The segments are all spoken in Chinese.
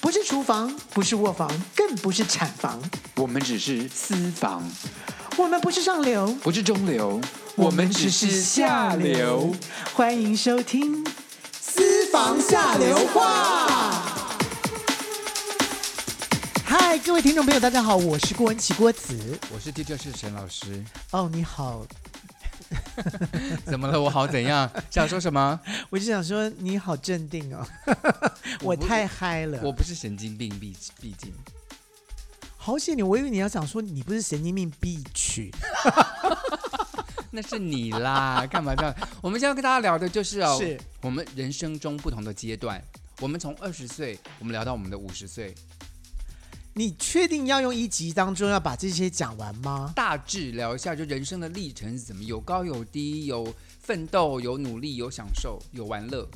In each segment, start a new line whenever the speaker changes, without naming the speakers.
不是厨房，不是卧房，更不是产房，
我们只是私房，
我们不是上流，
不是中流，我们只是下流。。
欢迎收听《
私
房下流话》。嗨，各位听众朋友，大家好，我是郭文琪郭子。
我是 DJ 是陈老师，
哦，你好，
怎么了？我好怎样？想说什么？
我就想说你好镇定 哦，我
我不
太嗨了，
我不是神经病，毕毕竟
好险你，我以为你要想说你不是神经病必取，
那是你 啦，干嘛这样？我们今天要跟大家聊的就是哦，
是
我们人生中不同的阶段。我们从二十岁，我们聊到我们的五十岁，
你确定要用一集当中要把这些讲完吗？
大致聊一下，就人生的历程是怎么，有高有低，有奋斗，有努力，有享受，有玩乐。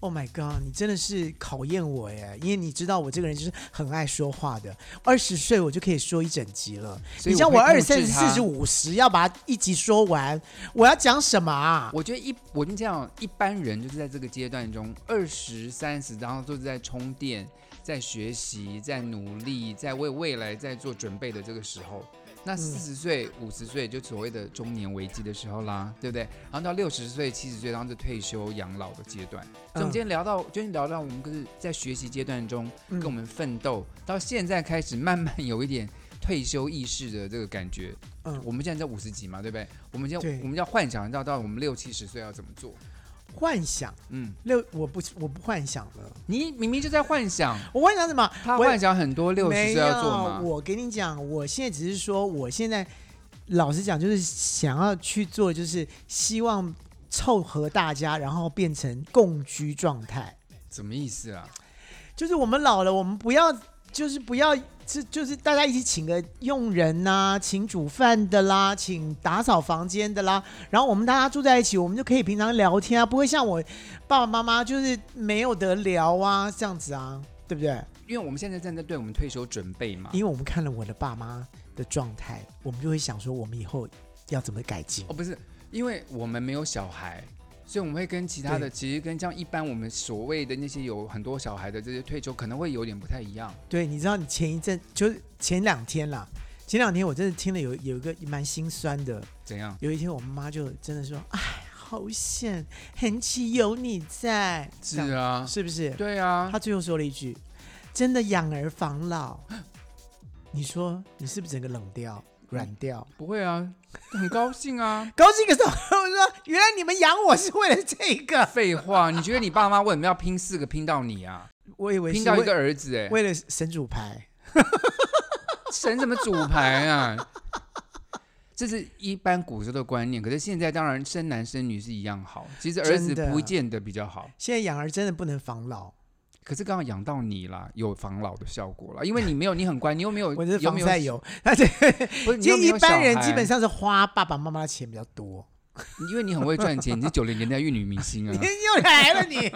Oh my god！你真的是考验我耶，因为你知道我这个人就是很爱说话的。二十岁我就可以说一整集了，
所以
你像我
会
二十
控
三、
制它
四十、五十，要把它一集说完，我要讲什么啊？
我觉得一，我跟你讲，一般人就是在这个阶段中，二十三十，然后都是在充电、在学习、在努力、在为未来在做准备的这个时候。那四十岁、五十岁就所谓的中年危机的时候啦，对不对？然后到六十岁、七十岁，然后就退休养老的阶段。所以我们今天聊到，今天聊到我们就是在学习阶段中跟我们奋斗，到现在开始慢慢有一点退休意识的这个感觉。
嗯
我们现在在五十几嘛，对不对？我们就
对
我们要幻想到到我们六七十岁要怎么做。
幻想
嗯，
六，我不我不幻想了，
你明明就在幻想，
我幻想什么？
他
我
幻想很多六十
没
岁
有，
要做嘛。
我跟你讲，我现在只是说，我现在老实讲，就是想要去做，就是希望凑合大家，然后变成共居状态。
什么意思啊？
就是我们老了，我们不要，就是不要，就就是大家一起请个佣人呐、啊请煮饭的啦，请打扫房间的啦，然后我们大家住在一起，我们就可以平常聊天啊，不会像我爸爸妈妈就是没有得聊啊，这样子啊，对不对？
因为我们现在正在对我们退休准备嘛。
因为我们看了我的爸妈的状态，我们就会想说，我们以后要怎么改进？
哦，不是，因为我们没有小孩，所以我们会跟其他的，
对
其实跟像一般我们所谓的那些有很多小孩的这些退休，可能会有点不太一样。
对，你知道，你前一阵就是前两天啦，前两天我真的听了有有一个蛮心酸的。
怎样？
有一天，我妈就真的说：“哎，好险，很奇有你在。”
是，啊，
是不是？
对啊，
她最后说了一句：“真的养儿防老。”你说你是不是整个冷掉、
嗯
软掉？。
不会啊，很高兴啊
高兴的时候，我说：“原来你们养我是为了这个。
废话，你觉得你爸妈为什么要拼四个拼到你啊？”
我以为
拼
是
到一
为
个儿子哎、
为了神主牌。
神什么主牌啊？这是一般古时候的观念，可是现在当然生男生女是一样好。其实儿
真
子
的
不见得比较好，
现在养儿真的不能防老，
可是刚好养到你啦，有防老的效果啦，因为你没有，你很乖，你又没有，
我这是
又
防
没有
晒，油。而且，
不是 你
其
又
实
没
一
有小
般
孩
人基本，上是花爸爸妈妈的钱比较多。
因为你很会赚 钱，你是九零年代玉女明星
你
啊。
又来了你，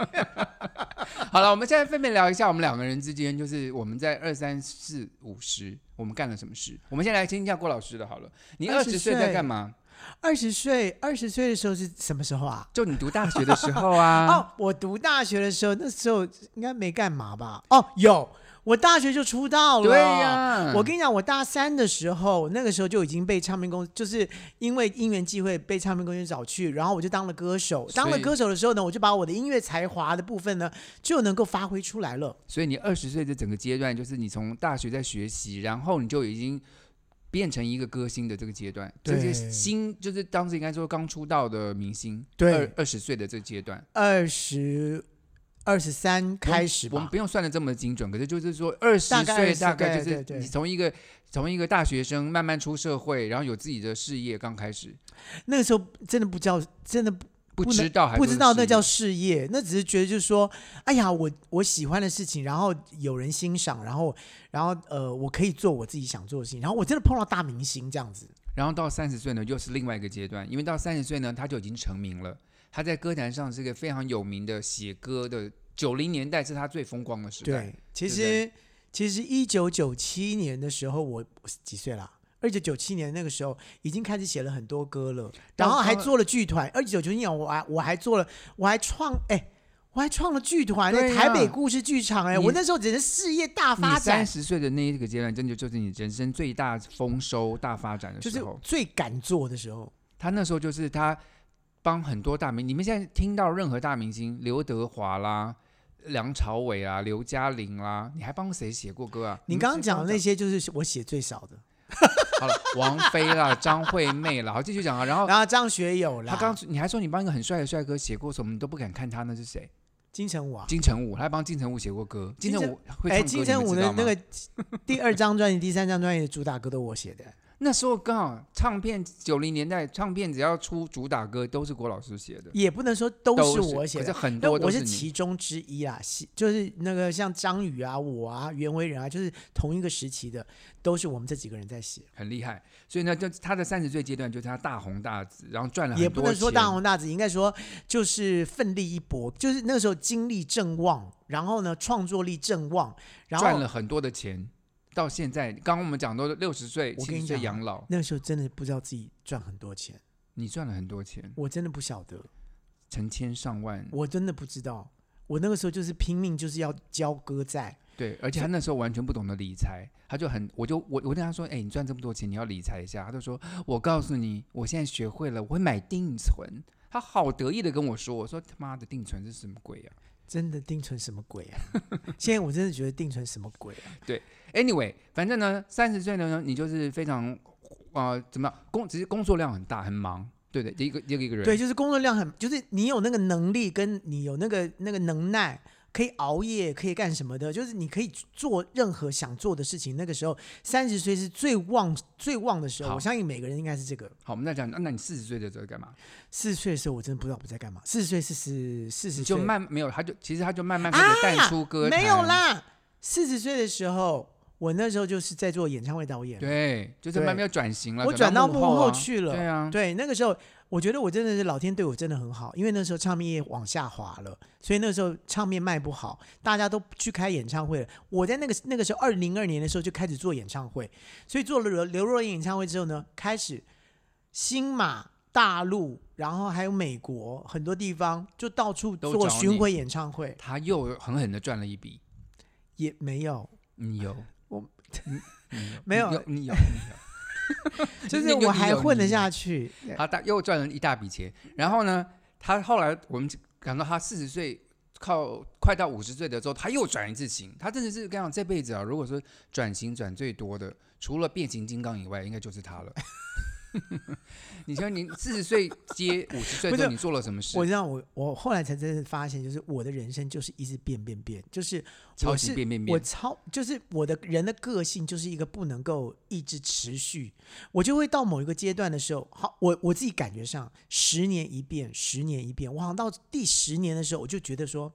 好了，我们现在分别聊一下我们两个人之间，就是我们在二三四五十，我们干了什么事。我们先来听一下郭老师的好了，你二
20
十岁在干
哦
嘛？
二十岁，二十岁的时候是什么时候啊？
就你读大学的时候啊。
哦，我读大学的时候，那时候应该没干嘛吧？哦，有，我大学就出道了。
对呀、
我跟你讲，我大三的时候，那个时候就已经被唱片公司，就是因为因缘际会被唱片公司找去，然后我就当了歌手。当了
所以
歌手的时候呢，我就把我的音乐才华的部分呢，就能够发挥出来了。
所以你二十岁的整个阶段，就是你从大学在学习，然后你就已经变成一个歌星的这个阶段。这
对
些新就是当时应该说刚出道的明星，
对
二二十岁的这个阶段
二十二十三开始
我们
吧，
不用算的这么精准，可是就是说二十
大概
岁
20
大概
对
就
对
是
对
你从一个从一个大学生慢慢出社会，然后有自己的事业刚开始，
那个时候真的不叫，真的
不
不能
知道还
不知道那叫
什
事业，那只是觉得就是说，哎呀，我我喜欢的事情，然后有人欣赏，然后然后呃，我可以做我自己想做的事情，然后我真的碰到大明星这样子，
然后到三十岁呢，又是另外一个阶段，因为到三十岁呢，他就已经成名了，他在歌坛上是一个非常有名的写歌的。九零年代是他最风光的时代，
对，其
对不
实其实一九九七年的时候，我我几岁啦？二九九七年那个时候已经开始写了很多歌了，然
到
后还
到
做了剧团。二九九七年我还我还做了，我还创哎。我还创了剧团呢、
对啊
台北故事剧场哎、
你
我那时候只是事业大
你
发
三
展，
十岁的那一个阶段，真的就是你人生最大丰收、大发展的
就是
时候。
最敢做的时候。
他那时候就是他帮很多大明，你们现在听到任何大明星，刘德华啦、梁朝伟啦、刘嘉玲啦，你还帮谁写过歌啊？
你刚刚讲的那
些
些就是我写最少的，
好了，王菲啦、张惠妹啦，好继续讲啊。然后
然后张学友啦，
他刚你还说你帮一个很帅的帅哥写过什么，你都不敢看他，那是谁？
金城武啊，
金城武，他还帮金城武写过歌。
金
金
城
城武会唱
哎，
歌，
金城
你
武
们知
的
道
那
吗
个 第二张专辑、第三张专辑的主打歌都我写的，
那时候刚好唱片九零年代，唱片只要出主打歌都是郭老师写的，
也不能说都是我写
可是
的。
很
但
多
我
都
是
你。
其中之一啊，是就是那个像张宇啊、我啊、袁惟仁啊，就是同一个时期的，都是我们这几个人在写，
很厉害，所以呢，就他的三十岁阶段，就是他大红大紫，然后赚了很多
也不能说大
钱
红大紫，应该说就是奋力一搏，就是那时候精力正旺，然后呢创作力正旺，然
赚了
后
很多的钱，到现在，刚刚我们讲到六十岁、
我
七
跟
十
你
岁
讲啊
养老，
那时候真的不知道自己赚很多钱，
你赚了很多钱，
我真的不晓得，
嗯成千上万，
我真的不知道，我那个时候就是拼命就是要交歌债。
对，而且他那时候完全不懂得理财，他就很，我就我我跟他说，哎、你赚这么多钱，你要理财一下，他就说，我告诉你，我现在学会了，我会买定存，他好得意的跟我说，我说他妈的定存是什么鬼啊？
真的定存什么鬼啊！ 现在我真的觉得定存什么鬼啊！
Anyway，反正呢，三十岁呢，你就是非常呃怎么样工，只是工作量很大，很忙，对不对？一个一个一个人，
对，就是工作量很，就是你有那个能力，跟你有那个那个能耐，可以熬夜，可以干什么的，就是你可以做任何想做的事情。那个时候三十岁是最旺最旺的时候，
好
我相信每个人应该是这个。
好，我们再讲，那那你四十岁的时候干嘛？
四十岁的时候，我真的不知道我在干嘛。四十岁是四四十
你
岁啊
就慢没有，他就其实他就慢慢开始淡出歌、坛，
没有。啦。四十岁的时候，我那时候就是在做演唱会导演，
对，啊就是
对
慢慢要转型了。
我转
转
到
幕
幕后
啊
去了
对啊，
对，那个时候我觉得我真的是老天对我真的很好，因为那时候唱片业往下滑了，所以那时候唱片卖不好，大家都去开演唱会了。我在那个那个时候，二零零二年的时候就开始做演唱会，所以做了刘刘若英演唱会之后呢，开始新马大陆，然后还有美国很多地方，就到处
都
做
找
巡
你
回演唱会，
他又狠狠的赚了一笔。
也没有。
你有
我
你你
没有
你有你 有，你有
就
你
是
有
我还混得。
你有
下去，
他大又赚了一大笔钱。然后呢，他后来我们讲到他四十岁，靠快到五十岁的时候，他又转一次型。他真的是跟你讲这辈子啊，如果说转型转最多的，除了变形金刚以外，应该就是他了。 你说你四十岁接五十岁
不
之
是
后，你做了什么事
我？让我我后来才真的发现，就是我的人生就是一直变变变，就是
超
我
级
是
变变
我
变！
超就是我的人的个性就是一个不能够一直持续，我就会到某一个阶段的时候，好，我我自己感觉上十年一变，十年一变，我好像到第十年的时候，我就觉得说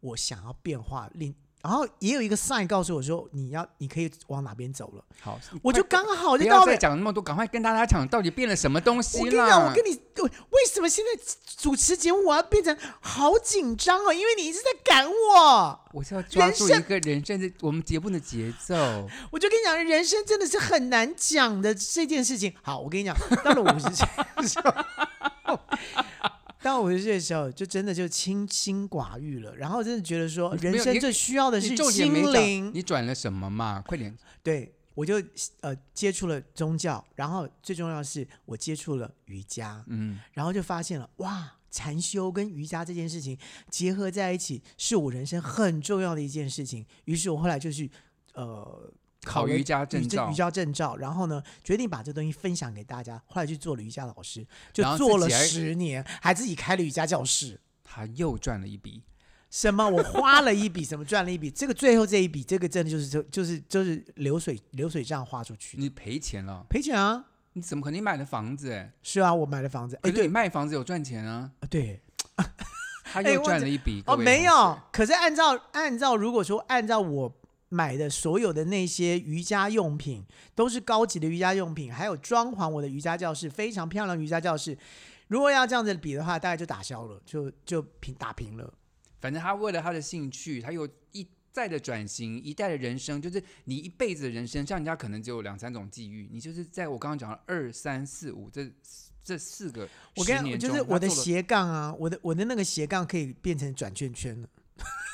我想要变化，另然后也有一个 sign 告诉我说你要你可以往哪边走了，
好，
我就
快
刚好
不
就
要
到了
再。讲那么多，赶快跟大家讲到底变了什么东西
我跟你讲，
啦！
我跟你我为什么现在主持节目我要变成好紧张哦？因为你一直在赶我。
我是要抓
人
住
生
一个人生的我们节目的节奏。
我就跟你讲，人生真的是很难讲的这件事情。好，我跟你讲，到了五十岁的时候，到五十岁的时候，就真的就清心寡欲了。然后真的觉得说，
没
人
有
生
哎你
最需要的是
你重点没
心
讲
灵。
你转了什么嘛？快点，
对，我就呃接触了宗教，然后最重要的是我接触了瑜伽，
嗯，
然后就发现了哇，禅修跟瑜伽这件事情结合在一起，是我人生很重要的一件事情。于是我后来就去呃
考
了
瑜伽证
瑜伽
照
瑜，伽证照，然后呢，决定把这东西分享给大家。后来去做了瑜伽老师，就
然后自己
做了
还
十年，还自己开了瑜伽教室。
他又赚了一笔。
什么？我花了一笔，什么赚了一笔？这个最后这一笔，这个真的就是就就是就是流水流水账花出去的，
你赔钱了？
赔钱啊！
你怎么可能你买了房子、哎，
是啊，我买了房子，
可
哎，
是你
对
卖房子有赚钱啊，
对，
他
哎
又
我
赚
这
了一笔。各
哦，
位
没
同
有
学。。
可是按照按照，如果说按照我买的所有的那些瑜伽用品，都是高级的瑜伽用品，还有装潢我的瑜伽教室，非常漂亮的瑜伽教室。如果要这样子比的话，大概就打消了，就就平打平了。
反正他为了他的兴趣，他又一代的转型，一代的人生，就是你一辈子的人生，像人家可能只有两三种际遇，你就是在我刚刚讲的二三四五这这四个
我
十
跟
年
就是
中
我的
他做了
斜杠啊，我的我的那个斜杠可以变成转圈圈了，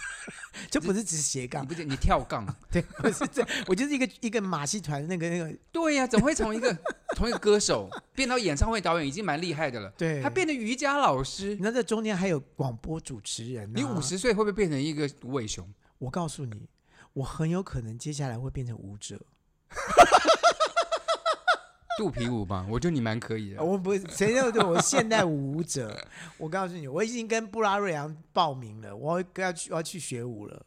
就不是只是斜
你
杠，
不是你跳 杠，
对，我是这，我就是一个一个马戏团那个那个，
对呀、怎么会从一个从一个 歌手变到演唱会导演，已经蛮厉害的了。
对，
他变得瑜伽老师
你，知道这中间还有广播主持人、啊，
你五，十岁会不会变成一个无尾熊？
我告诉你，我很有可能接下来会变成舞者，
肚皮舞吧，我觉得你蛮可以的。
我不谁都对我现代舞舞者，我告诉你，我已经跟布拉瑞扬报名了，我要要去我要去学舞了，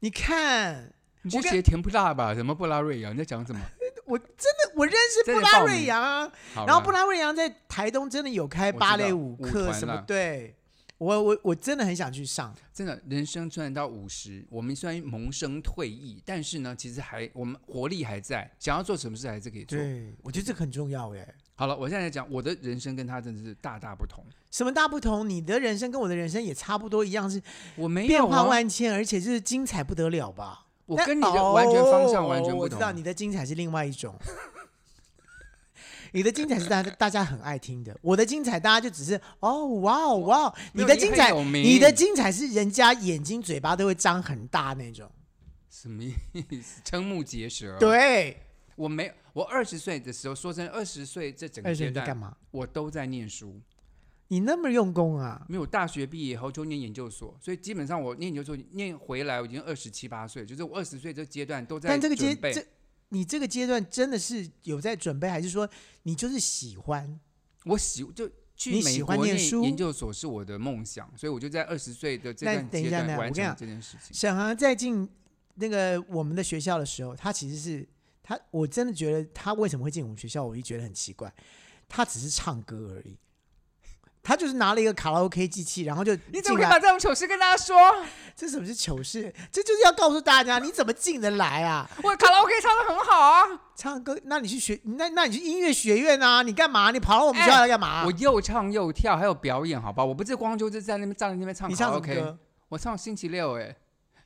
你看。
你去
我跟
写甜不辣吧，什么布拉瑞啊扬？你在讲什么？
我真的我认识
真
布
的
拉
报
瑞
名
扬啊，
好
然后
啦
布拉瑞扬在台东真的有开
我知
芭
道
蕾舞
舞
课
团
什么
啦，
对我我我真的很想去上，
真的，人生虽然到五十，我们虽然萌生退役，但是呢，其实还我们活力还在，想要做什么事还是可以做。
对我觉得这个很重要哎。
好了，我现在讲我的人生跟他真的是大大不同。
什么大不同？你的人生跟我的人生也差不多一样，是
我没
变
有
化
啊，
万千，而且就是精彩不得了吧？
我
但
跟你的完全方向
哦
完全不
我知
同。
道你的精彩是另外一种， 你的精彩是大家大家很爱听的，我的精彩大家就只是哦哇哦哇哦，你
没有
的
你
精
很
彩，
有名
你的精彩是人家眼睛嘴巴都会张很大那种，
什么意思？瞠目结舌。，
对。
我没有，我二十岁的时候，说真的，二十岁这整
二
个
十
阶
你在哎干
段，
嘛？
我都在念书。
你那么用功啊？
没有大学毕业以后就念研究所，所以基本上我念研究所念回来，我已经二十七八岁，就是我二十岁这阶段都在
但这个阶
准备
这，你这个阶段真的是有在准备，还是说你就是喜欢？
我喜就
你
去
喜
美
欢
国
念书
研究所是我的梦想，所以我就在二十岁的这
那
段
等一
阶
下等一
段
下我跟
完
你
成
讲
这件事情。
沈航在进那个我们的学校的时候，他其实是他，我真的觉得他为什么会进我们学校，我就觉得很奇怪。他只是唱歌而已，他就是拿了一个卡拉 OK 机器，然后就
你怎
进
么可以把
来。
这种糗事跟大家 说？
这什么是糗事？这就是要告诉大家，你怎么进得来啊？
我卡拉 OK 唱的很好啊，
唱歌，那你去学，那那你去音乐学院啊？你干嘛？你跑到我们学校
哎
来干嘛？
我又唱又跳，还有表演，好吧？我不是光就是在那边站在那边唱
你
卡
唱
拉
什么
OK，
歌？
我唱星期六哎、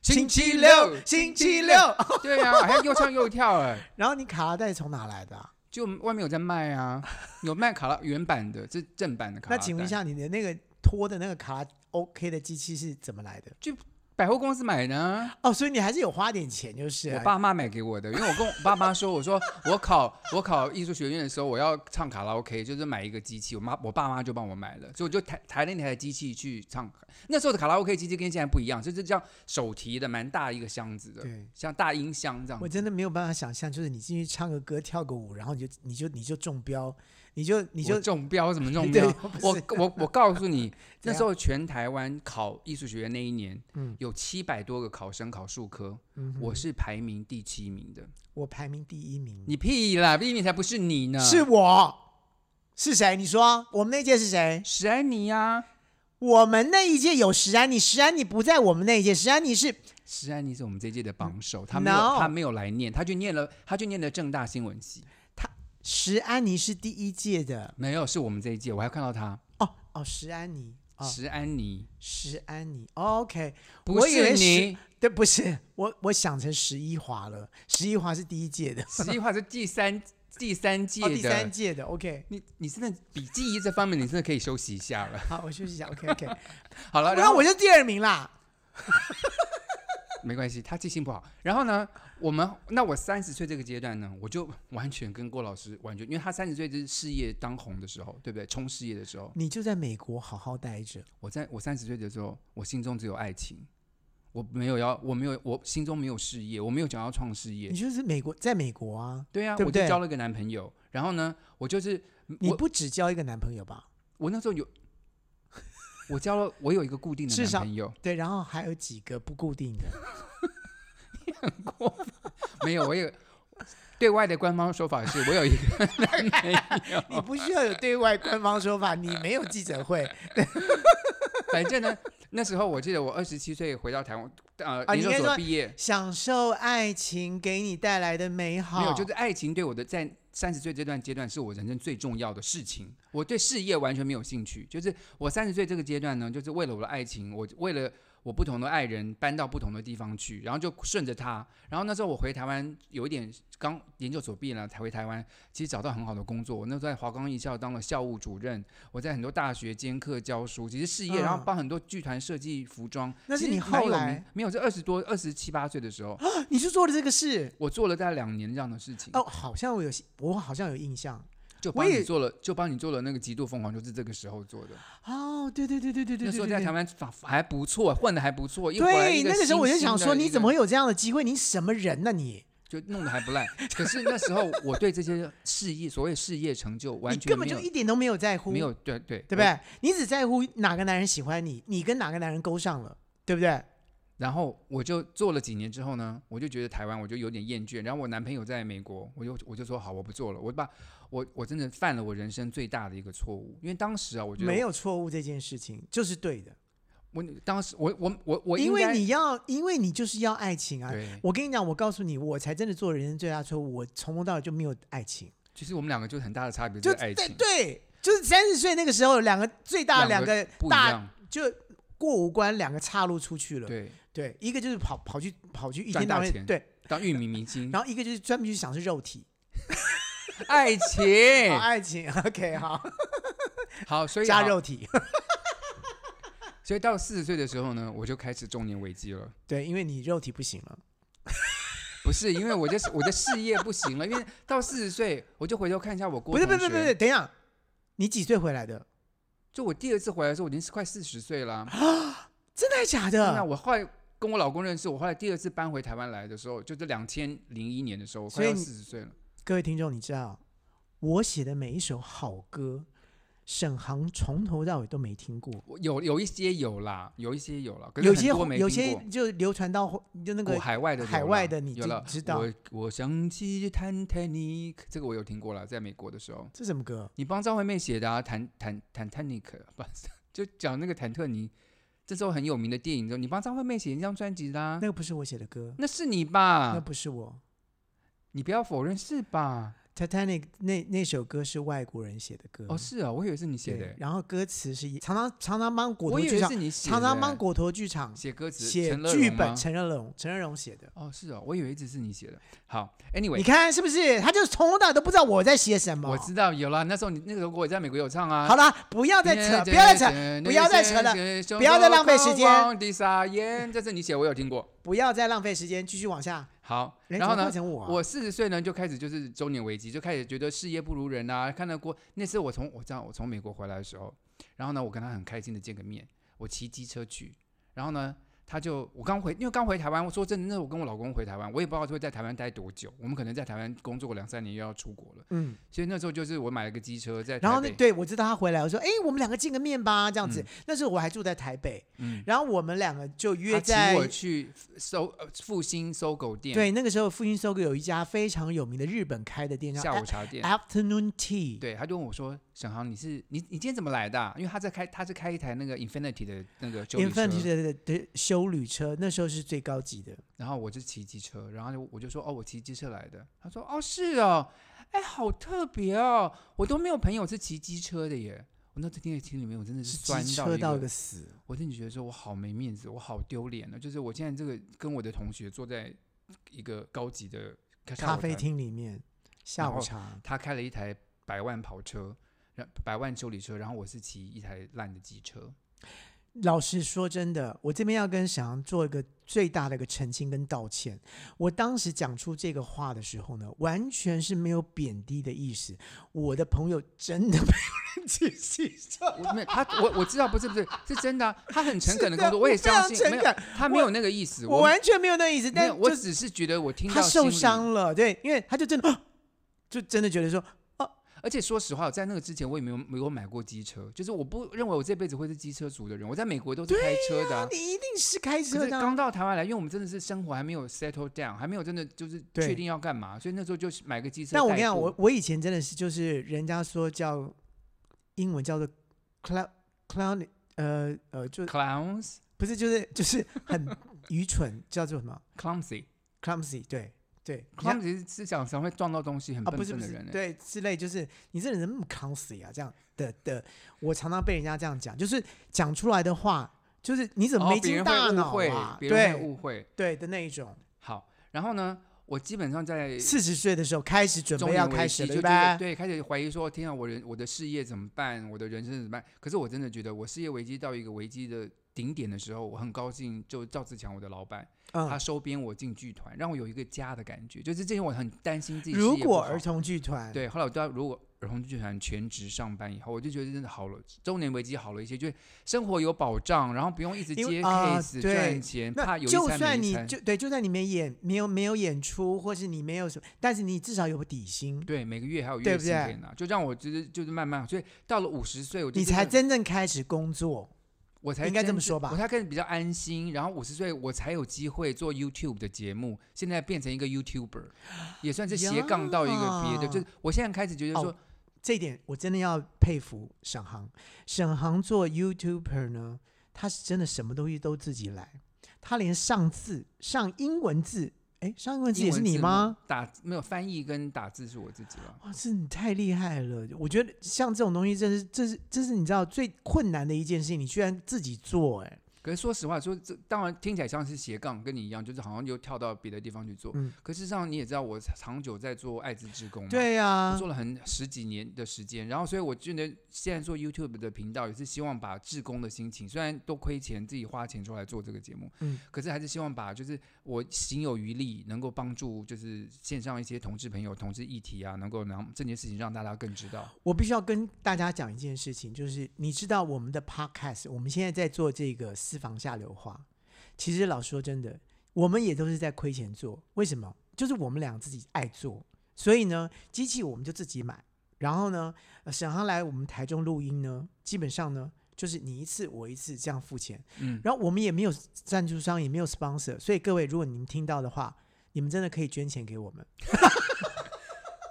星期六，星期六。。
对呀、 啊，还又唱又跳哎、
然后你卡拉带从哪来的啊、
就外面有在卖啊，有卖卡拉原版的，这正版的卡拉。
那请问一，下，你的那个拖的那个卡拉 OK 的机器是怎么来的？
百货公司买的啊、
哦，所以你还是有花点钱，就是
我
啊
爸妈买给我的，因为我跟我爸妈说，我说我考我考艺术学院的时候，我要唱卡拉 OK，就是买一个机器，我妈我爸妈就帮我买了，所以我就抬抬那台机器去唱。那时候的卡拉 OK 机器跟现在不一样，就是这样手提的，蛮大一个箱子的，
对。
像大音箱这样
我。真的没有办法想象，就是你进去唱个歌、跳个舞，然后你就你就你就中标，你就你
我
就
中 标怎么中
对
标？
不
我
是
我我告诉你，
怎
那
样
时候全台湾考艺术学院那一年，
嗯
有七百多个考生考数科，
嗯哼
我是排名第七名的。
我排名第一名，
你啊屁啦，第一名才不是你呢，
是我是谁？你说我们那届是谁？
史安妮啊呀、
我们那一届有石安妮，石安妮不在我们那一届，石安妮是
施安妮是我们这一届的榜首，她没
嗯
有
No
她没有来念，她就念了，她就念了正大新闻系，
石安妮是第一届的
没有是我们这一届，我还看到她
哦哦，石安妮哦，
施安妮，
石安妮，OK，哦
不
我以为
是你，
对，不是我，我想成十一华了，十一华是第一届的，
实际话是 第三第三届
哦，第三
的，
届的，OK，
你你真的比记忆这方面你真的可以休息一下 了。
好，我休息一下，OK，OK，、
好了，
然
然
后
后
我就第二名啦，
没关系，她记性不好。然后呢，我们那我三十岁这个阶段呢，我就完全跟郭老师完全，因为他三十岁就是事业当红的时候，对不对？冲事业的时候，
你就在美国好好待着，
我在我三十岁的时候，我心中只有爱情，我没有要，我没有，我心中没有事业，我没有想要创事业
你。就是美国，在美国啊，
对呀、
对不
我就
对
交了个男朋友，然后呢，我就是
你
我
不只交一个男朋友吧？
我那时候有，我交了我有一个固定的
至少
男朋友，
对，然后还有几个不固定的，
没有我有对外的官方说法是我有一个
你不需要有对外官方说法，你没有记者会
反正呢，那时候我记得我二十七岁回到台湾，呃，
啊你应
研究
该说
所毕业，
享受爱情给你带来的美好，
没有，就是爱情对我的在三十岁这段阶段是我人生最重要的事情。我对事业完全没有兴趣，就是我三十岁这个阶段呢，就是为了我的爱情，我为了我不同的爱人搬到不同的地方去，然后就顺着他。然后那时候我回台湾，有一点刚研究所毕业了才回台湾，其实找到很好的工作。我那时候在华冈艺校当了校务主任，我在很多大学兼课教书，其实事业，
嗯
然后帮很多剧团设计服装。
那是
其实
你
蛮
后
有
来啊
名没有？这二十多、二十七八岁的时候，
你是做了这个事
我做了大概两年这样的事情。
哦，好像我有，我好像有印象
就
我
帮你
也
做了，就帮你做了那个极度疯狂，就是这个时候做的。
哦，对对对对对对
那时候
对
在
对
台。湾反还不错，混的还不错。一回来
对，
一
那个时候我就
新
想
的
说，
一
你
个
怎么会有这样的机会？你什么人呢、你？
就弄得还不赖？可是那时候我对这些事业，所谓事业成就，完
你
全
根本
没有
就一点都没有在乎，
没有对对
对不？对？你只在乎哪个男人喜欢你，你跟哪个男人勾上了，对不对？
然后我就做了几年之后呢，我就觉得台湾我就有点厌倦。然后我男朋友在美国，我就我就说好，我不做了。我把我我真的犯了我人生最大的一个错误，因为当时啊，我觉得
没有错误这件事情就是对的，
我当时我我我我
因
应
为
该
你要，因为你就是要爱情啊。
对，
我跟你讲，我告诉你，我才真的做人生最大错误。我从头到尾就没有爱情，
其实我们两个就很大的差别
就
在爱情，
对，就是三十岁那个时候，两个最大两
两个
个
不一
大
样，
就过无关，两个岔路出去了。
对，
对，一个就是跑跑去跑去一
赚
天到
大
晚
钱
对，
当玉米明星，
然后一个就是专门去享受肉体，
爱 情
好爱情。OK，好，
好，所以
加
哎好
肉体。
所以到四十岁的时候呢，我就开始中年危机了。
对，因为你肉体不行了。
不是因为我就是我的事业不行了，因为到四十岁，我就回头看一下我郭
不是，不
同
是，不是，不
学
是，，等一下，你几岁回来的？
就我第二次回来的时候，我已经是快四十岁了。
啊真的假
那
的？
我后来跟我老公认识，我后来第二次搬回台湾来的时候，就是两千零一年的时候，我快
所以
要
你
四十岁了。
各位听众，你知道我写的每一首好歌，沈航从头到尾都没听过，
我有有一些有啦，有一些有啦，可是
有
很
些
多没
有
听
些
过啊
就流传到就那个
我海外的有
海
啦
外的你
有
知
了
知道
我我想起《Titanic》，这个我有听过了，在美国的时候。
这什么歌？
你帮张惠妹写的、啊《坦坦坦坦尼克》，不是 就讲那个坦特尼，这时候很有名的电影之后，你帮张惠妹写一张专辑的、啊
那，个不是我写的歌，
那是你
那
吧？
不是我。
你不要否认是吧？
Titanic 那那首歌是外国人写的歌，
哦，是啊，我以为是你写
对
的欸，
然后歌词是常常常常帮果
我
陀
以
剧
为
场
是，你写的欸，
常
欸
常帮果陀剧场
写歌词、
写
陈乐
剧
融吗
本，陈乐融，陈乐融写的。
哦，是哦，我以为一直是你写的。好
你
，Anyway，
看是不是？他就从头到尾都不知道我在写什么。
我知道有了，那时候你那个时候我在美国有唱 啊。
好了，不要再扯，不要再扯，
扯
不要再扯了不要再浪费时间
地撒盐，这是你写，我有听过。
不要再浪费时间，继续往下。
好，
诶
然后
怎么
呢
换？成我、啊，
我四十岁呢，就开始就是中年危机，就开始觉得事业不如人啊。看到过那次我从我这样我从美国回来的时候，然后呢，我跟他很开心的见个面，我骑机车去，然后呢，他就我刚回，因为刚回台湾，我说真的，那时候我跟我老公回台湾，我也不知道会在台湾待多久，我们可能在台湾工作两三年又要出国了，
嗯，
所以那时候就是我买了个机车在台北，
然后那对我知道他回来，我说，哎，我们两个见个面吧，这样子。
嗯
那时候我还住在台北，
嗯，
然后我们两个就约
他请
在
我去搜呃复兴搜狗店，，
对那个时候复兴搜狗有一家非常有名的日本开的店叫
下午
A-
茶店。
Afternoon Tea，
对，他就问我说：“沈航，你是你你今天怎么来的啊、因为他在开他是开一台那个 Infinity 的那个修理车
Infinity 的的的修旅车，那时候是最高级的。
然后我就骑机车，然后就我就说哦，我骑机车来的。他说哦，是哦，哎，好特别哦，我都没有朋友是骑机车的耶。我那次听在心里面，我真的
是
酸
机
到
车
一
到
个，
一个死，
我真的觉得说我好没面子，我好丢脸呢。就是我现在这个跟我的同学坐在一个高级的
咖啡，
下午
厅里面下
然
午
后
茶
茶，他开了一台百万跑车，然百万修理车，然后我是骑一台烂的机车。
老实说，真的，我这边要跟沈阳做一个最大的一个澄清跟道歉。我当时讲出这个话的时候呢，完全是没有贬低的意思。我的朋友真的没有人去洗车，
我没有他，我我知道不是不是是真的啊、他很诚恳的
是
跟我说，我也
非常
相信，没
诚
有
恳，
他没
我
有那个意思，
我完全没有那意思。
没
但
有，我
就是
只是觉得我听到
他受
心里，
伤了，对，因为他就真的、 啊就真的觉得说，
而且说实话，在那个之前我也没有没有买过机车，就是我不认为我这辈子会是机车族的人。我在美国都是开车的啊、
你一定是开
可
车
是
的
刚
啊。
到台湾来，因为我们真的是生活还没有 settle down，还没有真的就是
对
确定要干嘛，所以那时候就是买个机车代
但
步。
我跟你讲，我我以前真的是就是人家说叫英文叫做 clown clown 呃呃就
clowns
不是，就是就是很愚蠢，叫做什么
clumsy
clumsy，对对
clumsy 是讲常会撞到东西很
你像啊
笨
不是
笨
不
的
是
人、欸。
对之类，就是你这人怎么那么 clumsy 啊？这样的的，我常常被人家这样讲，就是讲出来的话就是你怎么
哦
没
别
经
人会
大
误
脑
会
啊？
别人会
对
误会。
对的那一种。
好，然后呢，我基本上在
四十岁的时候开始准
中
备
年
要
危
开
机
始了，
就
对
觉
吧
得？对，开始怀疑说，天啊，我人我的事业怎么办？我的人生怎么办？可是我真的觉得，我事业危机到一个危机的顶点的时候，我很高兴，就赵自强我的老板，他
嗯，
收编我进剧团，让我有一个家的感觉。就是之前我很担心自己事
如
业不
果
好
儿童剧团，
对，后来我知道，如果儿童剧团全职上班以后，我就觉得真的好了，中年危机好了一些，就是生活有保障，然后不用一直
因为
接
啊
case
对
赚钱，怕
那
有一
就
餐
算
没一
你
餐
就对，就算你没演，没有没有演出，或是你没有什么，但是你至少有个底薪，
对，每个月还有
对
月
不
薪可
对
以拿，就让我就是就是慢慢，所以到了五十岁，我就
你
真
才
的
真正开始工作。
我才
应该这
真
么
正
说吧
我才开始比较安心，然后五十岁我才有机会做 YouTube 的节目，现在变成一个 YouTuber，也算是斜杠到一个别的，就是我现在开始觉得
哦
说，
这一点我真的要佩服沈航。沈航做 YouTuber 呢，他是真的什么东西都自己来，他连上字、上英文字，哎，上英文字
英
也是
文
你
字幕
吗？？
打没有翻译跟打字是我自己了。
哇，这你太厉害了！我觉得像这种东西，真是这是这是你知道最困难的一件事情，你居然自己做、哎，
可是说实话，说这当然听起来像是斜杠，跟你一样，就是好像又跳到别的地方去做。
嗯
可事实上你也知道，我长久在做艾滋志工嘛，
对呀、啊
我做了很十几年的时间，然后所以我觉得现在做 YouTube 的频道也是希望把志工的心情，虽然都亏钱，自己花钱出来做这个节目，
嗯，
可是还是希望把就是我行有余力，能够帮助就是线上一些同志朋友、同志议题啊，能够让这件事情让大家更知道。
我必须要跟大家讲一件事情，就是你知道我们的 podcast，我们现在在做这个私房下流话。其实老实说真的，我们也都是在亏钱做。为什么？就是我们俩自己爱做，所以呢，机器我们就自己买。然后呢，呃沈航来我们台中录音呢，基本上呢，就是你一次我一次这样付钱。
嗯，
然后我们也没有赞助商，也没有 sponsor，所以各位，如果你们听到的话，你们真的可以捐钱给我们。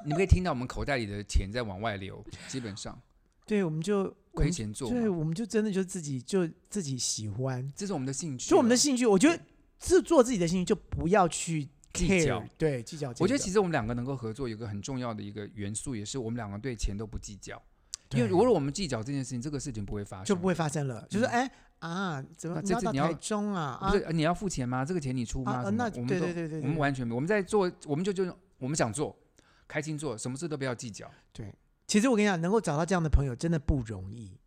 你们可以听到我们口袋里的钱在往外流，基本上
对，我们就我
亏
们
钱做嘛，
对，我们就真的就自己就自己喜欢，
这是我们的兴趣啊，
就我们的兴趣。我觉得是做自己的兴趣，就不要去
计
care,
较
对计较这个。
我觉得其实我们两个能够合作，有一个很重要的一个元素，也是我们两个对钱都不计较。因为
对
如果我们计较这件事情，这个事情不会发生，
就不会发生了。就是
嗯
哎啊，怎么
那
你
这
要
次
到
你要
台中啊
不
啊
是、呃你要付钱吗？这个钱你出吗？
啊？
什
呃
么
那
的我们都
对对对对
我们
对，
完全没有，我们在做，我们就就我们想做，开心做，什么事都不要计较。
其实我跟你讲，能够找到这样的朋友真的不容易。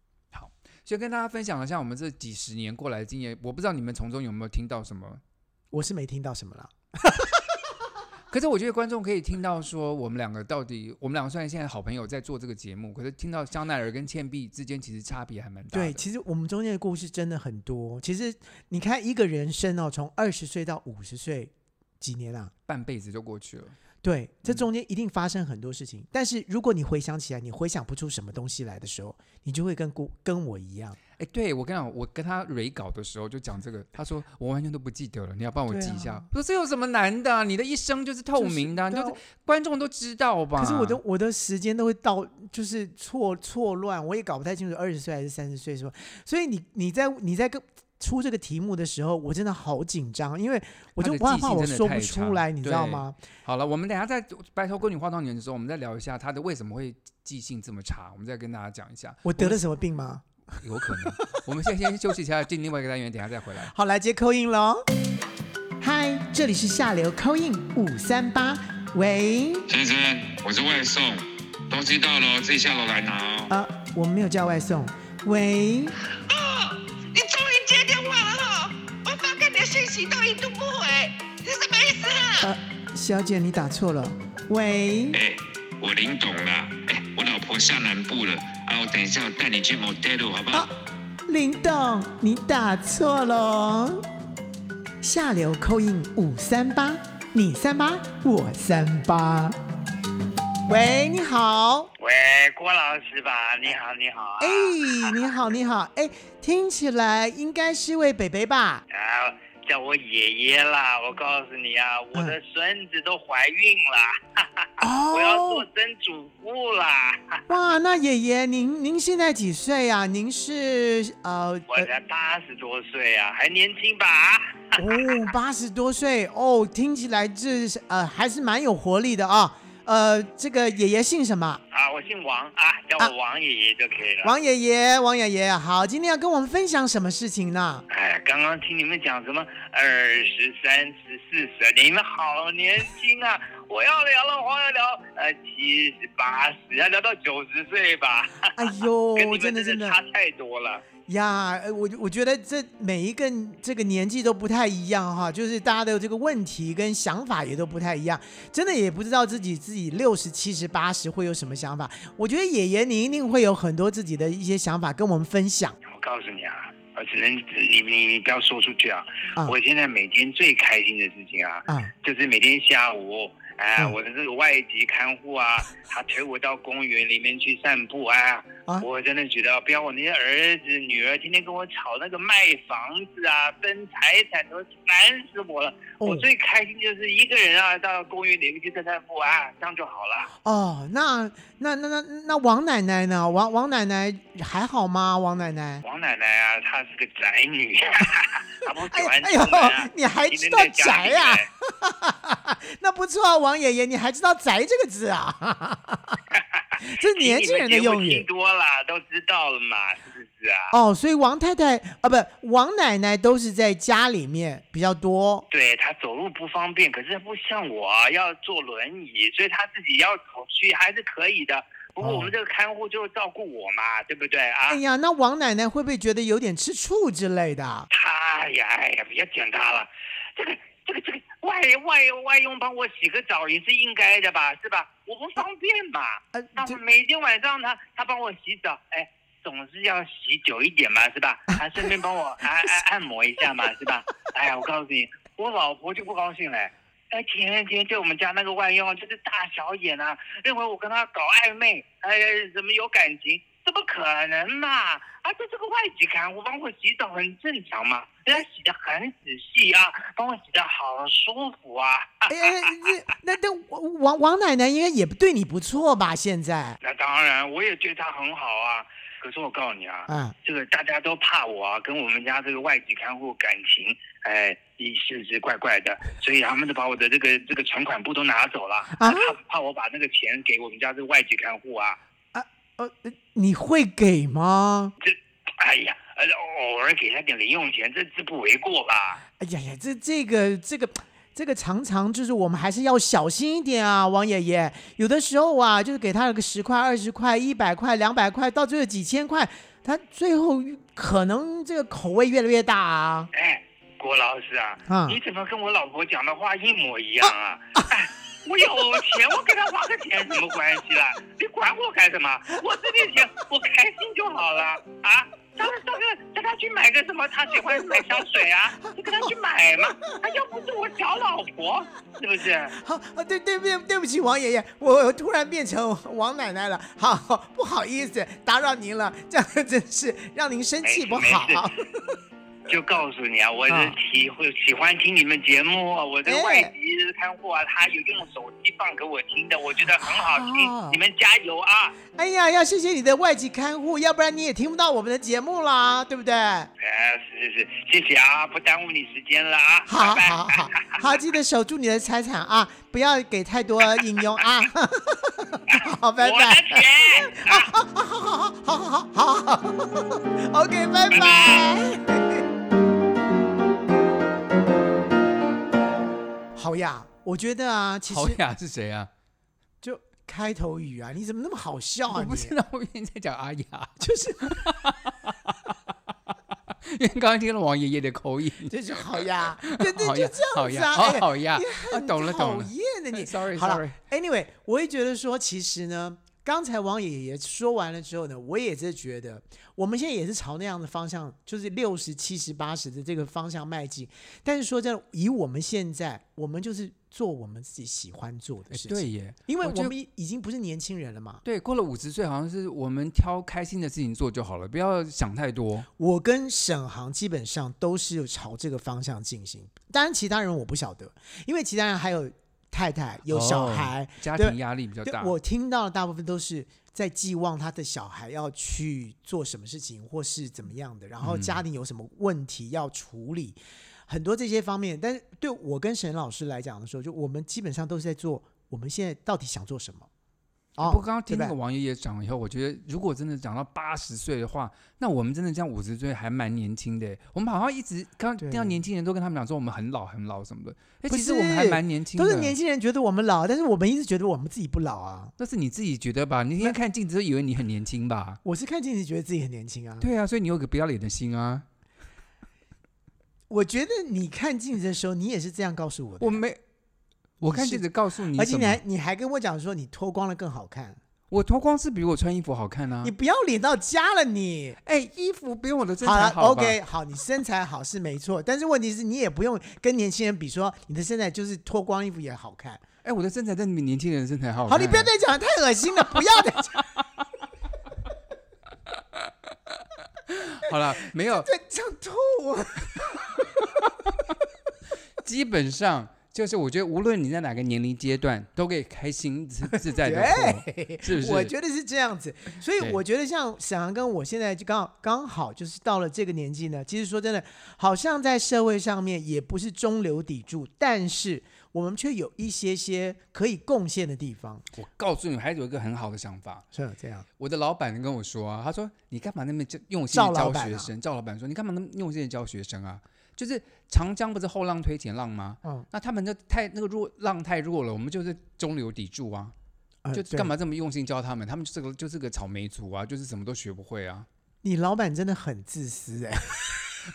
先跟大家分享一下我们这几十年过来的经验，我不知道你们从中有没有听到什么，
我是没听到什么了。
可是我觉得观众可以听到说我们两个到底，我们两个虽然现在好朋友在做这个节目，可是听到香奈儿跟倩碧之间其实差别还蛮大的。
对，其实我们中间的故事真的很多。其实你看一个人生哦，从二十岁到五十岁，几年啊？
半辈子就过去了。
对，这
嗯
中间一定发生很多事情。但是如果你回想起来，你回想不出什么东西来的时候，你就会跟姑跟我一样。
哎，对我跟你讲，我跟他蕊稿的时候就讲这个，他说我完全都不记得了，你要帮我
对
记一
啊
下。我说这有什么难的啊、你的一生就是透
就是
明的啊、你
对
就
啊
是观众都知道吧？
可是我的我的时间都会到，就是错错乱，我也搞不太清楚二十岁还是三十岁什么。所以你你在你在跟出这个题目的时候，我真的好紧张，因为我
他
就
的
怕
记性
怕我
真的
说
太
不
差
出来，你知道
对
吗？
好了，我们等一下在白头宫女化妆年的时候，我们再聊一下他的为什么会记性这么差，我们再跟大家讲一下，
我得了什么病吗？
有可能。我们现在先休息一下，进另外一个单元，等一下再回来。
好，来接扣印喽。嗨，这里是下流扣印五三八，喂，
先生，嗯我是外送，东西到了哦自己下楼来拿哦。
啊，我们没有叫外送，喂，
哦，你终于接电话了哈、我发给你的信息都一度不回，你什么意思啊？
呃，小姐你打错了，喂
哎、，我林董啦，哎、我老婆下南部了，啊，我等一下我带你去 motel 好不好？
林董你打错了哦，下流扣印五三八，你三八我三八，喂，你好。
喂，郭老师吧，你好，你好啊。
哎，你好，你好，哎，听起来应该是位北北吧？
啊，叫我爷爷啦！我告诉你
嗯
啊，我的孙子都怀孕了，
哦
啊
哎
我要做曾祖父啦！
哇，那爷爷您您现在几岁呀、您是呃
我
呃
才八十多岁啊，还年轻吧？
哦八十多岁哦，听起来这是呃还是蛮有活力的啊。呃，这个爷爷姓什么？
啊，啊，我姓王啊，叫我王爷爷就可以了。
王爷爷，王爷爷，好，今天要跟我们分享什么事情呢？
哎，刚刚听你们讲什么二十三、十四、十，你们好年轻 啊！我要聊了，我要聊呃七十、八十，要聊到九十岁吧。
哎呦
跟你，
真
们
的真的
差太多了。
呀，呃我我觉得这每一个这个年纪都不太一样哈，就是大家的这个问题跟想法也都不太一样，真的也不知道自己自己六十七十八十会有什么想法。我觉得爷爷你一定会有很多自己的一些想法跟我们分享
我告诉你啊，我只能你你你不要说出去啊！
啊
我现在每天最开心的事情啊，
啊
就是每天下午，哎、
嗯
我的这个外籍看护啊，他推我到公园里面去散步啊，
啊
我真的觉得，不要我那些儿子女儿天天跟我吵那个卖房子啊、分财产，都烦死我了。
哦
我最开心就是一个人啊，到公园里面去散散步啊，这样就好了。
哦。那那那那那王奶奶呢？王王奶奶还好吗？王奶奶？
王奶奶啊，她是个宅 女， 她不
哎
喜欢
哎
出门啊。
呦，你还
天
知
天
道
在家
宅啊
里
呀、
面
那不错啊，王爷爷，你还知道“宅”这个字啊？ 这是
听
年
你
轻
们
人的
节目
用语
听。多了都知道了嘛，是不是啊？
哦，所以王太太啊，不，王奶奶都是在家里面比较多。
对她走路不方便，可是不像我要坐轮椅，所以她自己要走去还是可以的。不过
哦
我们这个看护就照顾我嘛，对不对啊？
哎呀，那王奶奶会不会觉得有点吃醋之类的？啊
她呀，哎呀，别讲她了，这个这个这个外外外佣帮我洗个澡也是应该的吧，是吧？我不方便嘛。
呃，
那
这
我每天晚上她她帮我洗澡，哎。总是要洗久一点嘛，是吧？还顺便帮我按按按摩一下嘛，是吧？哎呀，我告诉你，我老婆就不高兴嘞。哎，天天对我们家那个外佣就是大小眼啊，认为我跟她搞暧昧，哎，怎么有感情？这不可能嘛！啊，这这个外籍看护帮我洗澡很正常嘛，人家洗的很仔细啊，帮我洗的好舒服啊。
哎哎，这那那王王奶奶应该也对你不错吧？现在，
那当然，我也对她很好啊。可是我告诉你啊，
嗯，
这个大家都怕我啊，跟我们家这个外籍看护感情，哎，一是是怪怪的，所以他们都把我的这个这个存款簿都拿走了，
啊
怕怕我把那个钱给我们家这个外籍看护啊。
呃，你会给吗？
哎呀，呃，偶尔给他点零用钱，这这不为过吧？
哎呀呀，这这个这个这个常常就是我们还是要小心一点啊，王爷爷。有的时候啊，就是给他个十块、二十块、一百块、两百块，到最后几千块，他最后可能这个口味越来越大啊。
哎，郭老师啊，
啊
你怎么跟我老婆讲的话一模一样啊？哎，我有钱，我给他花个钱什么关系啦？你管我干什么？我这点钱我开心就好了啊！叫他叫他叫他去买个什么？他喜欢买香水啊，你跟他去买嘛。他又不是我小老婆，是不是？
好，啊对对对，对不起，王爷爷，我我突然变成王奶奶了，好，不好意思，打扰您了，这样真是让您生气不
没事没事
好。
就告诉你啊，我是
啊
喜会喜欢听你们节目啊，我这
哎
个外籍看护啊，他有用手机放给我听的，我觉得很好
啊
听，你们加油啊！
哎呀，要谢谢你的外籍看护，要不然你也听不到我们的节目啦，对不对？
哎，是是是，谢谢啊，不耽误你时间了啊，
好
拜拜。
好好好，记得守住你的财产啊，不要给太多引用啊。好，拜
我的
拜。
钱。
好好好好好好好好，OK，拜
拜
拜。好呀，我觉得啊，其
好
实
雅是谁啊？
就开头语啊，你怎么那么好笑
我
啊
不
你？
知道，我以为你在讲阿雅，就是，因为刚刚听了王爷爷的 口音，
就是好呀，对对，
好
就
呀
这样
好
子
呀
啊，
哦
哎呀
好呀
你
啊
很
懂了懂
讨
了
厌的你。
Sorry，
好了
sorry
，Anyway，我也觉得说，其实呢，刚才王爷爷说完了之后呢，我也是觉得，我们现在也是朝那样的方向，就是六十七十八十的这个方向迈进。但是说真的，以我们现在，我们就是做我们自己喜欢做的
哎
事情，
对耶，
因为
我觉
我
得
们已已经不是年轻人了嘛。
对过了五十岁，好像是我们挑开心的事情做就好了，不要想太多。
我跟沈航基本上都是有朝这个方向进行，当然其他人我不晓得，因为其他人还有太太有小
哦
孩，
家
对
庭压力比较
对
大。
我听到的大部分都是在寄望他的小孩要去做什么事情，或是怎么样的，然后
嗯
家庭有什么问题要处理，很多这些方面。但是对我跟沈老师来讲的时候，就我们基本上都是在做我们现在到底想做什么。哦，
不过刚刚听
对不
那个
对
王爷爷讲以后，我觉得如果真的长到八十岁的话，那我们真的这样五十岁还蛮年轻的耶。欸我们好像一直刚
对
听到年轻人都跟他们讲说我们很老很老什么的，哎，
不
其实我们还
是
蛮年轻的，
都是年轻人觉得我们老，但是我们一直觉得我们自己不老啊。
那是你自己觉得吧？你天天看镜子都以为你很年轻吧？
我是看镜子觉得自己很年轻啊。
对啊，所以你有个不要脸的心啊！
我觉得你看镜子的时候，你也是这样告诉我的，
我没，我看
是
镜子告诉你
而且
什
你
么
还？你还跟我讲说你脱光了更好看，
我脱光是比我穿衣服好看啊
你！不要脸到家了你。
哎，衣服比我的身
好
材
了
好吧
，OK，好，你身材好是没错，但是问题是你也不用跟年轻人比说你的身材就是脱光衣服也好看。
哎，我的身材真的比年轻人的身材好
好，
看。
你不要再讲了，太恶心了，不要再讲。
好了，没有，
对，想吐 我。
基本上就是我觉得无论你在哪个年龄阶段，都可以开 心自自在的活。
对，
是不是
我觉得是这样子，所以
对
我觉得像沈阳跟我现在就刚好刚好就是到了这个年纪呢。其实说真的，好像在社会上面也不是中流砥柱，但是我们却有一些些可以贡献的地方。
我告诉你，我还有一个很好的想法。
是这样，
我的老板跟我说啊，他说你干嘛那么就用心
赵
地
老
教
板
学
啊
生？赵老板说你干嘛那么用心地教学生啊？就是长江不是后浪推前浪吗？
嗯，
那他们就太那个弱浪太弱了，我们就是中流砥柱啊，
呃
就
对
干嘛这么用心教他们？他们就是个就是个草莓族啊，就是什么都学不会啊。
你老板真的很自私哎、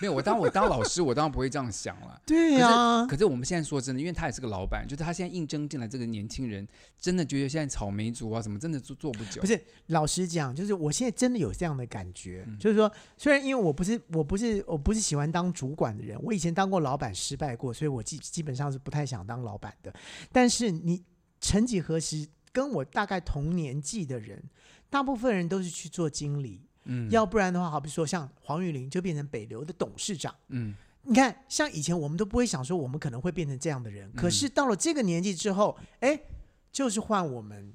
没有，我当我当老师，我当然不会这样想了。
对啊
可是
呀、
可是我们现在说真的，因为他也是个老板，就是他现在应征进来这个年轻人，真的觉得现在草莓族啊什么，真的做做不久。
不是，老实讲，就是我现在真的有这样的感觉，就是说，虽然因为我不是我不是我不是喜欢当主管的人，我以前当过老板失败过，所以我基基本上是不太想当老板的。但是你曾几何时，跟我大概同年纪的人，大部分人都是去做经理，
嗯，
要不然的话，好比说像黄玉玲就变成北流的董事长。
嗯，
你看，像以前我们都不会想说我们可能会变成这样的人，
嗯
可是到了这个年纪之后，哎，就是换我们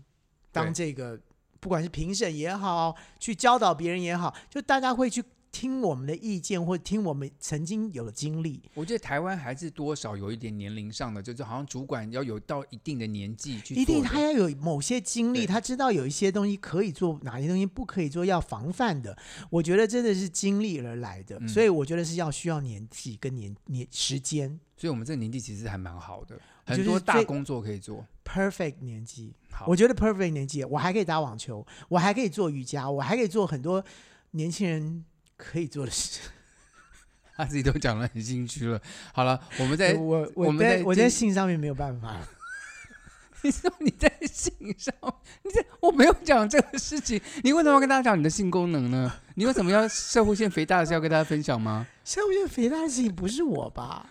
当这个，不管是评审也好，去教导别人也好，就大家会去听我们的意见，或听我们曾经有的经历。
我觉得台湾还是多少有一点年龄上的，就是好像主管要有到一定的年纪去做
一定
的
他要有某些经历，
对
他知道有一些东西可以做，哪些东西不可以做，要防范的。我觉得真的是经历而来的，
嗯
所以我觉得是要需要年纪跟年年时间
所以我们这个年纪其实还蛮好的，
就是
很多大
最
工作可以做。
perfect 年纪。
好，
我觉得 perfect 年纪，我还可以打网球，我还可以做瑜伽，我还可以做很多年轻人可以做的事。
他自己都讲得很心虚了。好了，我们在
哎我
我
我
们
在
在
我在
进
性上面没有办法，
你说你在性上，你在我没有讲这个事情，你为什么要跟大家讲你的性功能呢？你为什么要射护腺肥大是要跟大家分享吗？
射物线肥大的事情不是我 吧？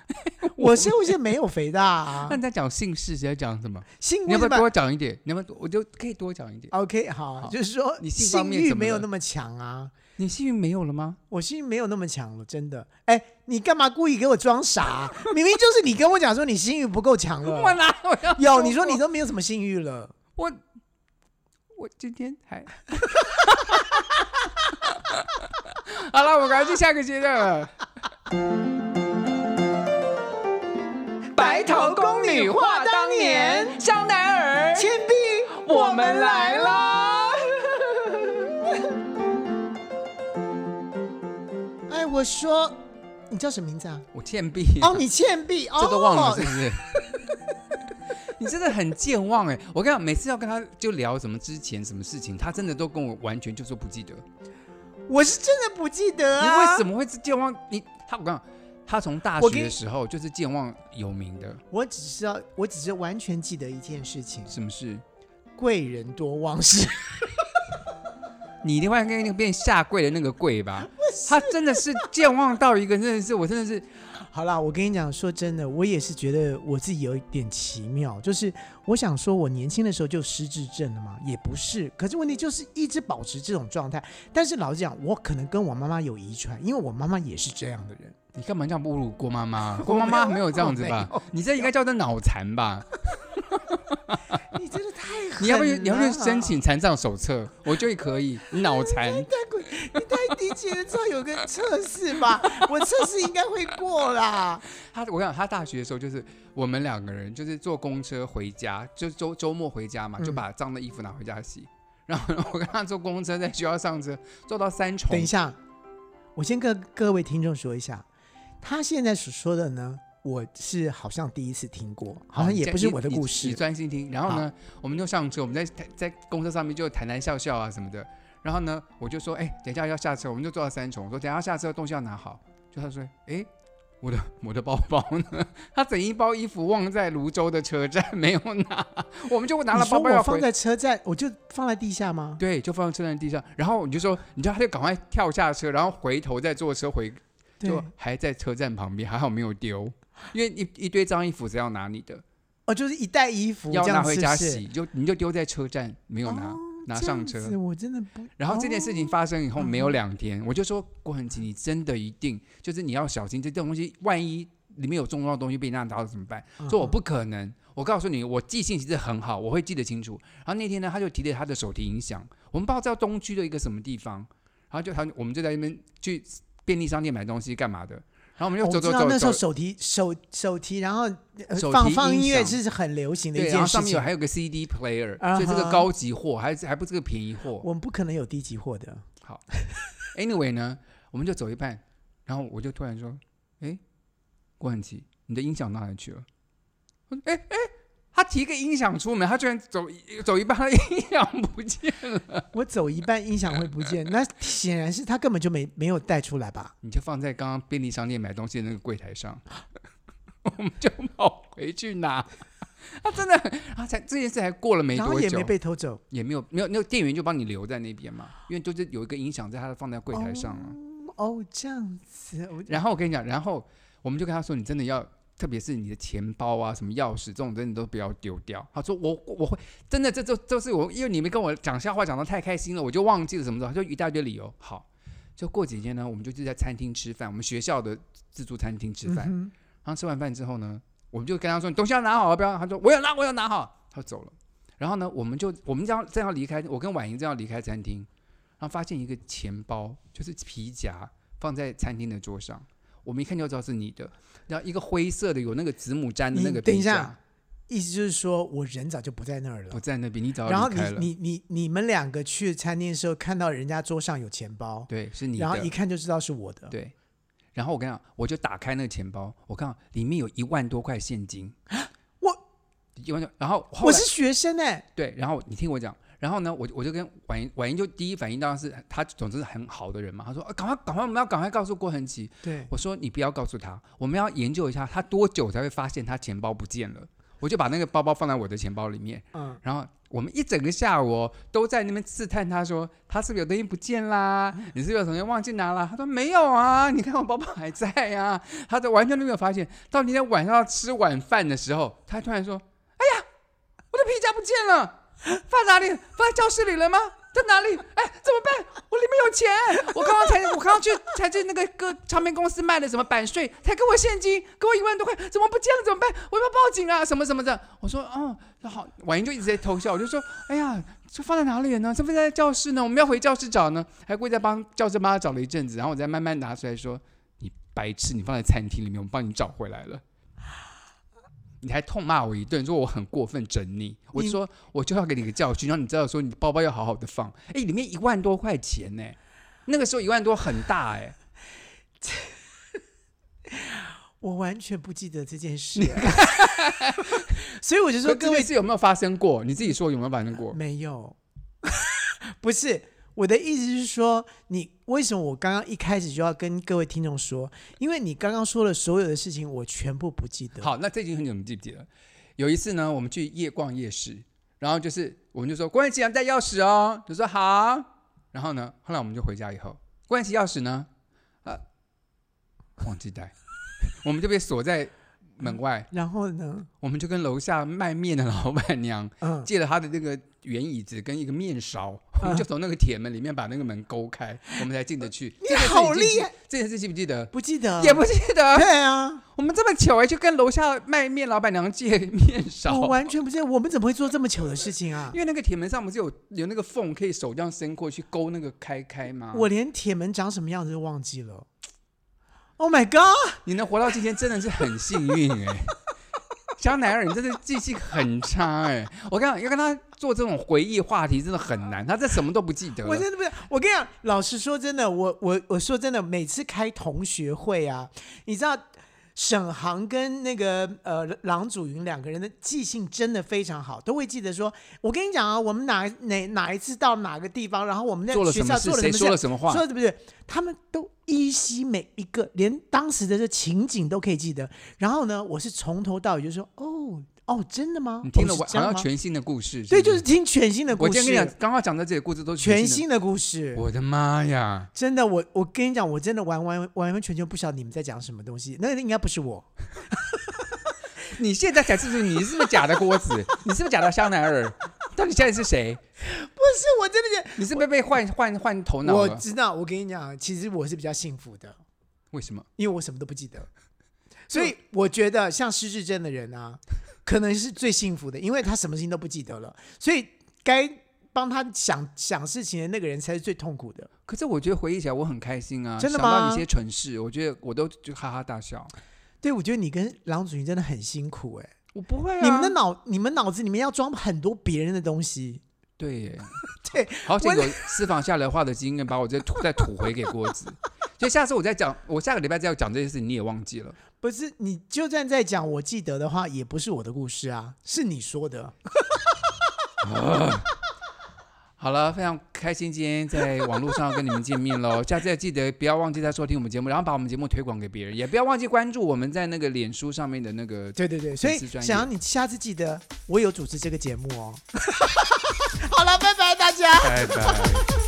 我射物线没有肥大啊
那，你在讲性事是要讲 什么？
性
你要
为
不
什
要
么
多讲一点？你要不要我就可以多讲一点？
？OK，好，
好
就是说
你性方
性
面
欲
怎么
没有
了
那么强啊，
你性欲没有了吗？
我性欲没有那么强了，真的。哎，你干嘛故意给我装傻啊、 明明就是你跟我讲说你性欲不够强
我
了，
哪有要
有你说
过
你都没有什么性欲 了。
我我今天还 好了，我赶快去下个阶段了。白头宫女话当年，香奈儿
铅笔，
我们来啦！
哎，我说，你叫什么名字啊？
我倩碧，
哦，你倩碧，哦，
这都忘了是不是？ 你真的很健忘哎！我跟你讲，每次要跟他就聊什么之前什么事情，他真的都跟我完全就说不记得。
我是真的不记得
你
啊。
为什？么会是健忘？你他我跟你讲，他从大
我
学
跟
的时候就是健忘有名的，
我只知道，我只是完全记得一件事情：
什么事？
贵人多忘事。
你一定会跟那个变下跪的那个跪吧？他真的是健忘到一个，真的是我真的是
好啦，我跟你讲，说真的，我也是觉得我自己有一点奇妙，就是我想说，我年轻的时候就失智症了嘛，也不是，可是问题就是一直保持这种状态。但是老实讲，我可能跟我妈妈有遗传，因为我妈妈也是这样的人。
你 干嘛这样侮辱郭妈妈？郭妈妈没有这样子吧？你这应该叫做脑残吧？
你真的太狠了。
你要不你要不申请残障手册，我就可以脑残。
太贵，你太低级了，至少有个测试吧？我测试应该会过啦。
他我想他大学的时候就是我们两个人就是坐公车回家，就周周末回家嘛，
嗯
就把脏的衣服拿回家洗。然后呢我跟他坐公车在学校上车，坐到三重。
等一，下，我先跟各位听众说一下，他现在所说的呢，我是好像第一次听过，好像也不是我的故
你你
事
你。专心听。然后呢，我们就上车，我们在在公车上面就谈谈笑笑啊什么的。然后呢，我就说，哎、等一下要下车，我们就坐到三重。我说等一下下车东西要拿好。就他说，哎、我的我的包包呢？ 他整一包衣服忘在泸州的车站没有拿， 我们就拿了
你说
包包要
我
回
放在车站，我就放在地下吗？
对，就放在车站地上，然后你就说，你知道他就赶快跳下车，然后回头再坐车回，
对
就，还在车站旁边，还好没有丢，因为一一堆脏衣服谁要拿你的，
哦，就是一袋衣服
要
这
拿
样
回
是
家
不是
洗，就你就丢在车站，没有拿、
哦
拿
这
上
样
车
子。我真的不。
然后这件事情
哦
发生以后没有
嗯
两天，我就说郭恒琪，你真的一定就是你要小心，这种东西万一里面有重要的东西被人家拿到怎么办？
嗯
说我不可能，我告诉你，我记性其实很好，我会记得清楚。然后那天呢，他就提了他的手提音响，我们不知道在东区的一个什么地方，然后就他我们就在那边去便利商店买东西干嘛的，然后我们就
哦我
走
知
走
道那时候
走走，
手提手手提，然后呃
手
放
提
放
音
音乐
响
是很流行的一
对，然
件
后
事
上面
情
有。还有个 CD player，
啊
所以这个
哈
高级货还还不是个便宜货。
我们不可能有低级货的。
好，anyway 呢，我们就走一半，然后我就突然说：“哎，郭汉奇，你的音响到哪里去了？”我说：“哎哎，他提个音响出门，他居然走一走一半，他的音响不见了，
我走一半音响会不见，那显然是他根本就没没有带出来吧？
你就放在刚刚便利商店买东西的那个柜台上， 我们就跑回去拿。”他真的，他才这件事还过了没
然后
多久，
也没被偷走。
也没有没有，那个店员就帮你留在那边嘛，因为都是有一个音响在他放在柜台上啊了、
哦，这样子，我
然后我跟你讲，然后我们就跟他说，你真的要，特别是你的钱包啊、什么钥匙这种真的都不要丢掉。他说我我会真的这这这是我，因为你们跟我讲笑话讲的太开心了，我就忘记了什么的，他就一大堆理由。好，就过几天呢，我们就就在餐厅吃饭，我们学校的自助餐厅吃饭。
嗯
然后吃完饭之后呢，我们就跟他说：“你东西要拿好，不要。”他说：“我要拿，我要拿好。”他走了。然后呢，我们就我们这样正要离开，我跟婉莹正要离开餐厅，然后发现一个钱包，就是皮夹，放在餐厅的桌上。我们一看就知道是你的。然后一个灰色的，有那个子母粘的那个
你等
皮
一
夹
下，意思就是说我人早就不在那儿
不
了。
在那边，你早
然后
要
你
离开了。
你你你们两个去餐厅的时候，看到人家桌上有钱包，
对，是你的。
然后一看就知道是我的。
对，然后我跟你讲，我就打开那个钱包，我看到里面有一万多块现金。
我
一万多，然后后
我
来
是学生哎、
对，然后你听我讲，然后呢，我就我就跟婉莹，婉莹就第一反应当然是她总之是很好的人嘛，她说、啊、赶快赶快，我们要赶快告诉郭恒琪。
对，
我说你不要告诉他，我们要研究一下他多久才会发现他钱包不见了。我就把那个包包放在我的钱包里面，
嗯，
然后我们一整个下午、哦、都在那边试探他说他是不是有东西不见啦？你是不是有同学忘记拿啦？他说没有啊，你看我包包还在呀、啊。他都完全都没有发现。到今天晚上要吃晚饭的时候，他突然说：“哎呀，我的皮夹不见了，放哪里？放在教室里了吗？”在哪里？哎，怎么办？我里面有钱！我刚刚才，我刚刚去才去那个歌唱片公司卖的什么版税，才给我现金，给我一万多块，怎么不见了？怎么办？我要不要报警啊？什么什么的？我说，哦，好，婉莹就一直在偷笑，我就说，哎呀，这放在哪里了呢？这放在教室呢？我们要回教室找呢，还跪在帮教室帮他找了一阵子，然后我再慢慢拿出来说，你白痴，你放在餐厅里面，我们帮你找回来了。你还痛骂我一顿，说我很过分整你。我就说我就要给你个教训，让你知道说你包包要好好的放。哎，里面一万多块钱呢、那个时候一万多很大哎、
我完全不记得这件 事、所以我就
所
说
以这
各
件
位
事有没有发生过？你自己说有没有发生过？
没有， 不是我的意思是说，你为什么我刚刚一开始就要跟各位听众说，因为你刚刚说的所有的事情，我全部不记得。
好，那这已经很久没记不记得？有一次呢，我们去夜逛夜市，然后就是我们就说郭冠希要带钥匙哦，就说好。然后呢，后来我们就回家以后，郭啊冠希钥匙呢，呃，忘记带，我们就被锁在门外，
然后呢？
我们就跟楼下卖面的老板娘
嗯，
借了他的那个圆椅子跟一个面勺，我们就从那个铁门里面把那个门勾开，我们才进得 去。这件事
好
记不记
厉害！
这件事记不记得？
不记得，
也不记得。
对啊，
我们这么糗还去跟楼下卖面老板娘借面
我
勺，
完全不记得，我们怎么会做这么糗的事情啊
因？为那个铁门上不是有有那个缝，可以手这样伸过去勾那个开开吗？
我连铁门长什么样子都忘记了。Oh my god！
你能活到今天真的是很幸运哎、香奈儿，你真的记性很差哎、我跟你讲，要跟他做这种回忆话题真的很难，他这什么都不记得了。
我真的不是，我跟你讲，老实说真的，我我我说真的，每次开同学会啊，你知道沈航跟那个呃郎祖云两个人的记性真的非常好，都会记得说，我跟你讲啊，我们哪哪哪一次到哪个地方，然后我们在
做了
学
什
校
么事
做了什
谁
么
说了什么话
说对不对？他们都依稀每一个，连当时的这情景都可以记得。然后呢，我是从头到尾就说，哦哦，真的吗？
你听了
哦
我
是这
好
样
像
吗
全新的故事，
对，
不
就是听全新的故
我
事。
今天跟你讲，刚刚讲到这里的故事都是
全
新
新的故事
的。。我的妈呀！
真的，我我跟你讲，我真的完完完完全全不晓得你们在讲什么东西，那个应该不是我。
你现在才是不是你是不是假的郭子？你是不是假的香奈儿？到底现在是谁？
不是，我真的
你是不是被换换换头
是，
脑
我
了？
知道。我跟你讲，其实我是比较幸福的，
为什么？
因为我什么都不记得，所以我觉得像失智症的人啊，可能是最幸福的，因为他什么事情都不记得了，所以该帮他想想事情的那个人才是最痛苦的。
可是我觉得回忆起来我很开心啊，
真的
想
吗
到一些蠢事，我觉得我都就哈哈大笑。
对，我觉得你跟郎祖云真的很辛苦哎、
我不会啊，
你们的 脑你们脑子里面要装很多别人的东西，
对耶，
对，
好险
我
有私访下来话的经验，把我这吐再吐回给郭子。 所以下次我再讲，我下个礼拜再要讲这件事，你也忘记了。
不是，你就算在讲我记得的话，也不是我的故事啊，是你说的。
好了，非常开心今天在网络上跟你们见面喽。下次要记得不要忘记再收听我们节目，然后把我们节目推广给别人，也不要忘记关注我们在那个脸书上面的那个。
对对对，所以
粉丝专业
想要你下次记 得，我有主持这个节目哦。好了，拜拜大家。
拜拜。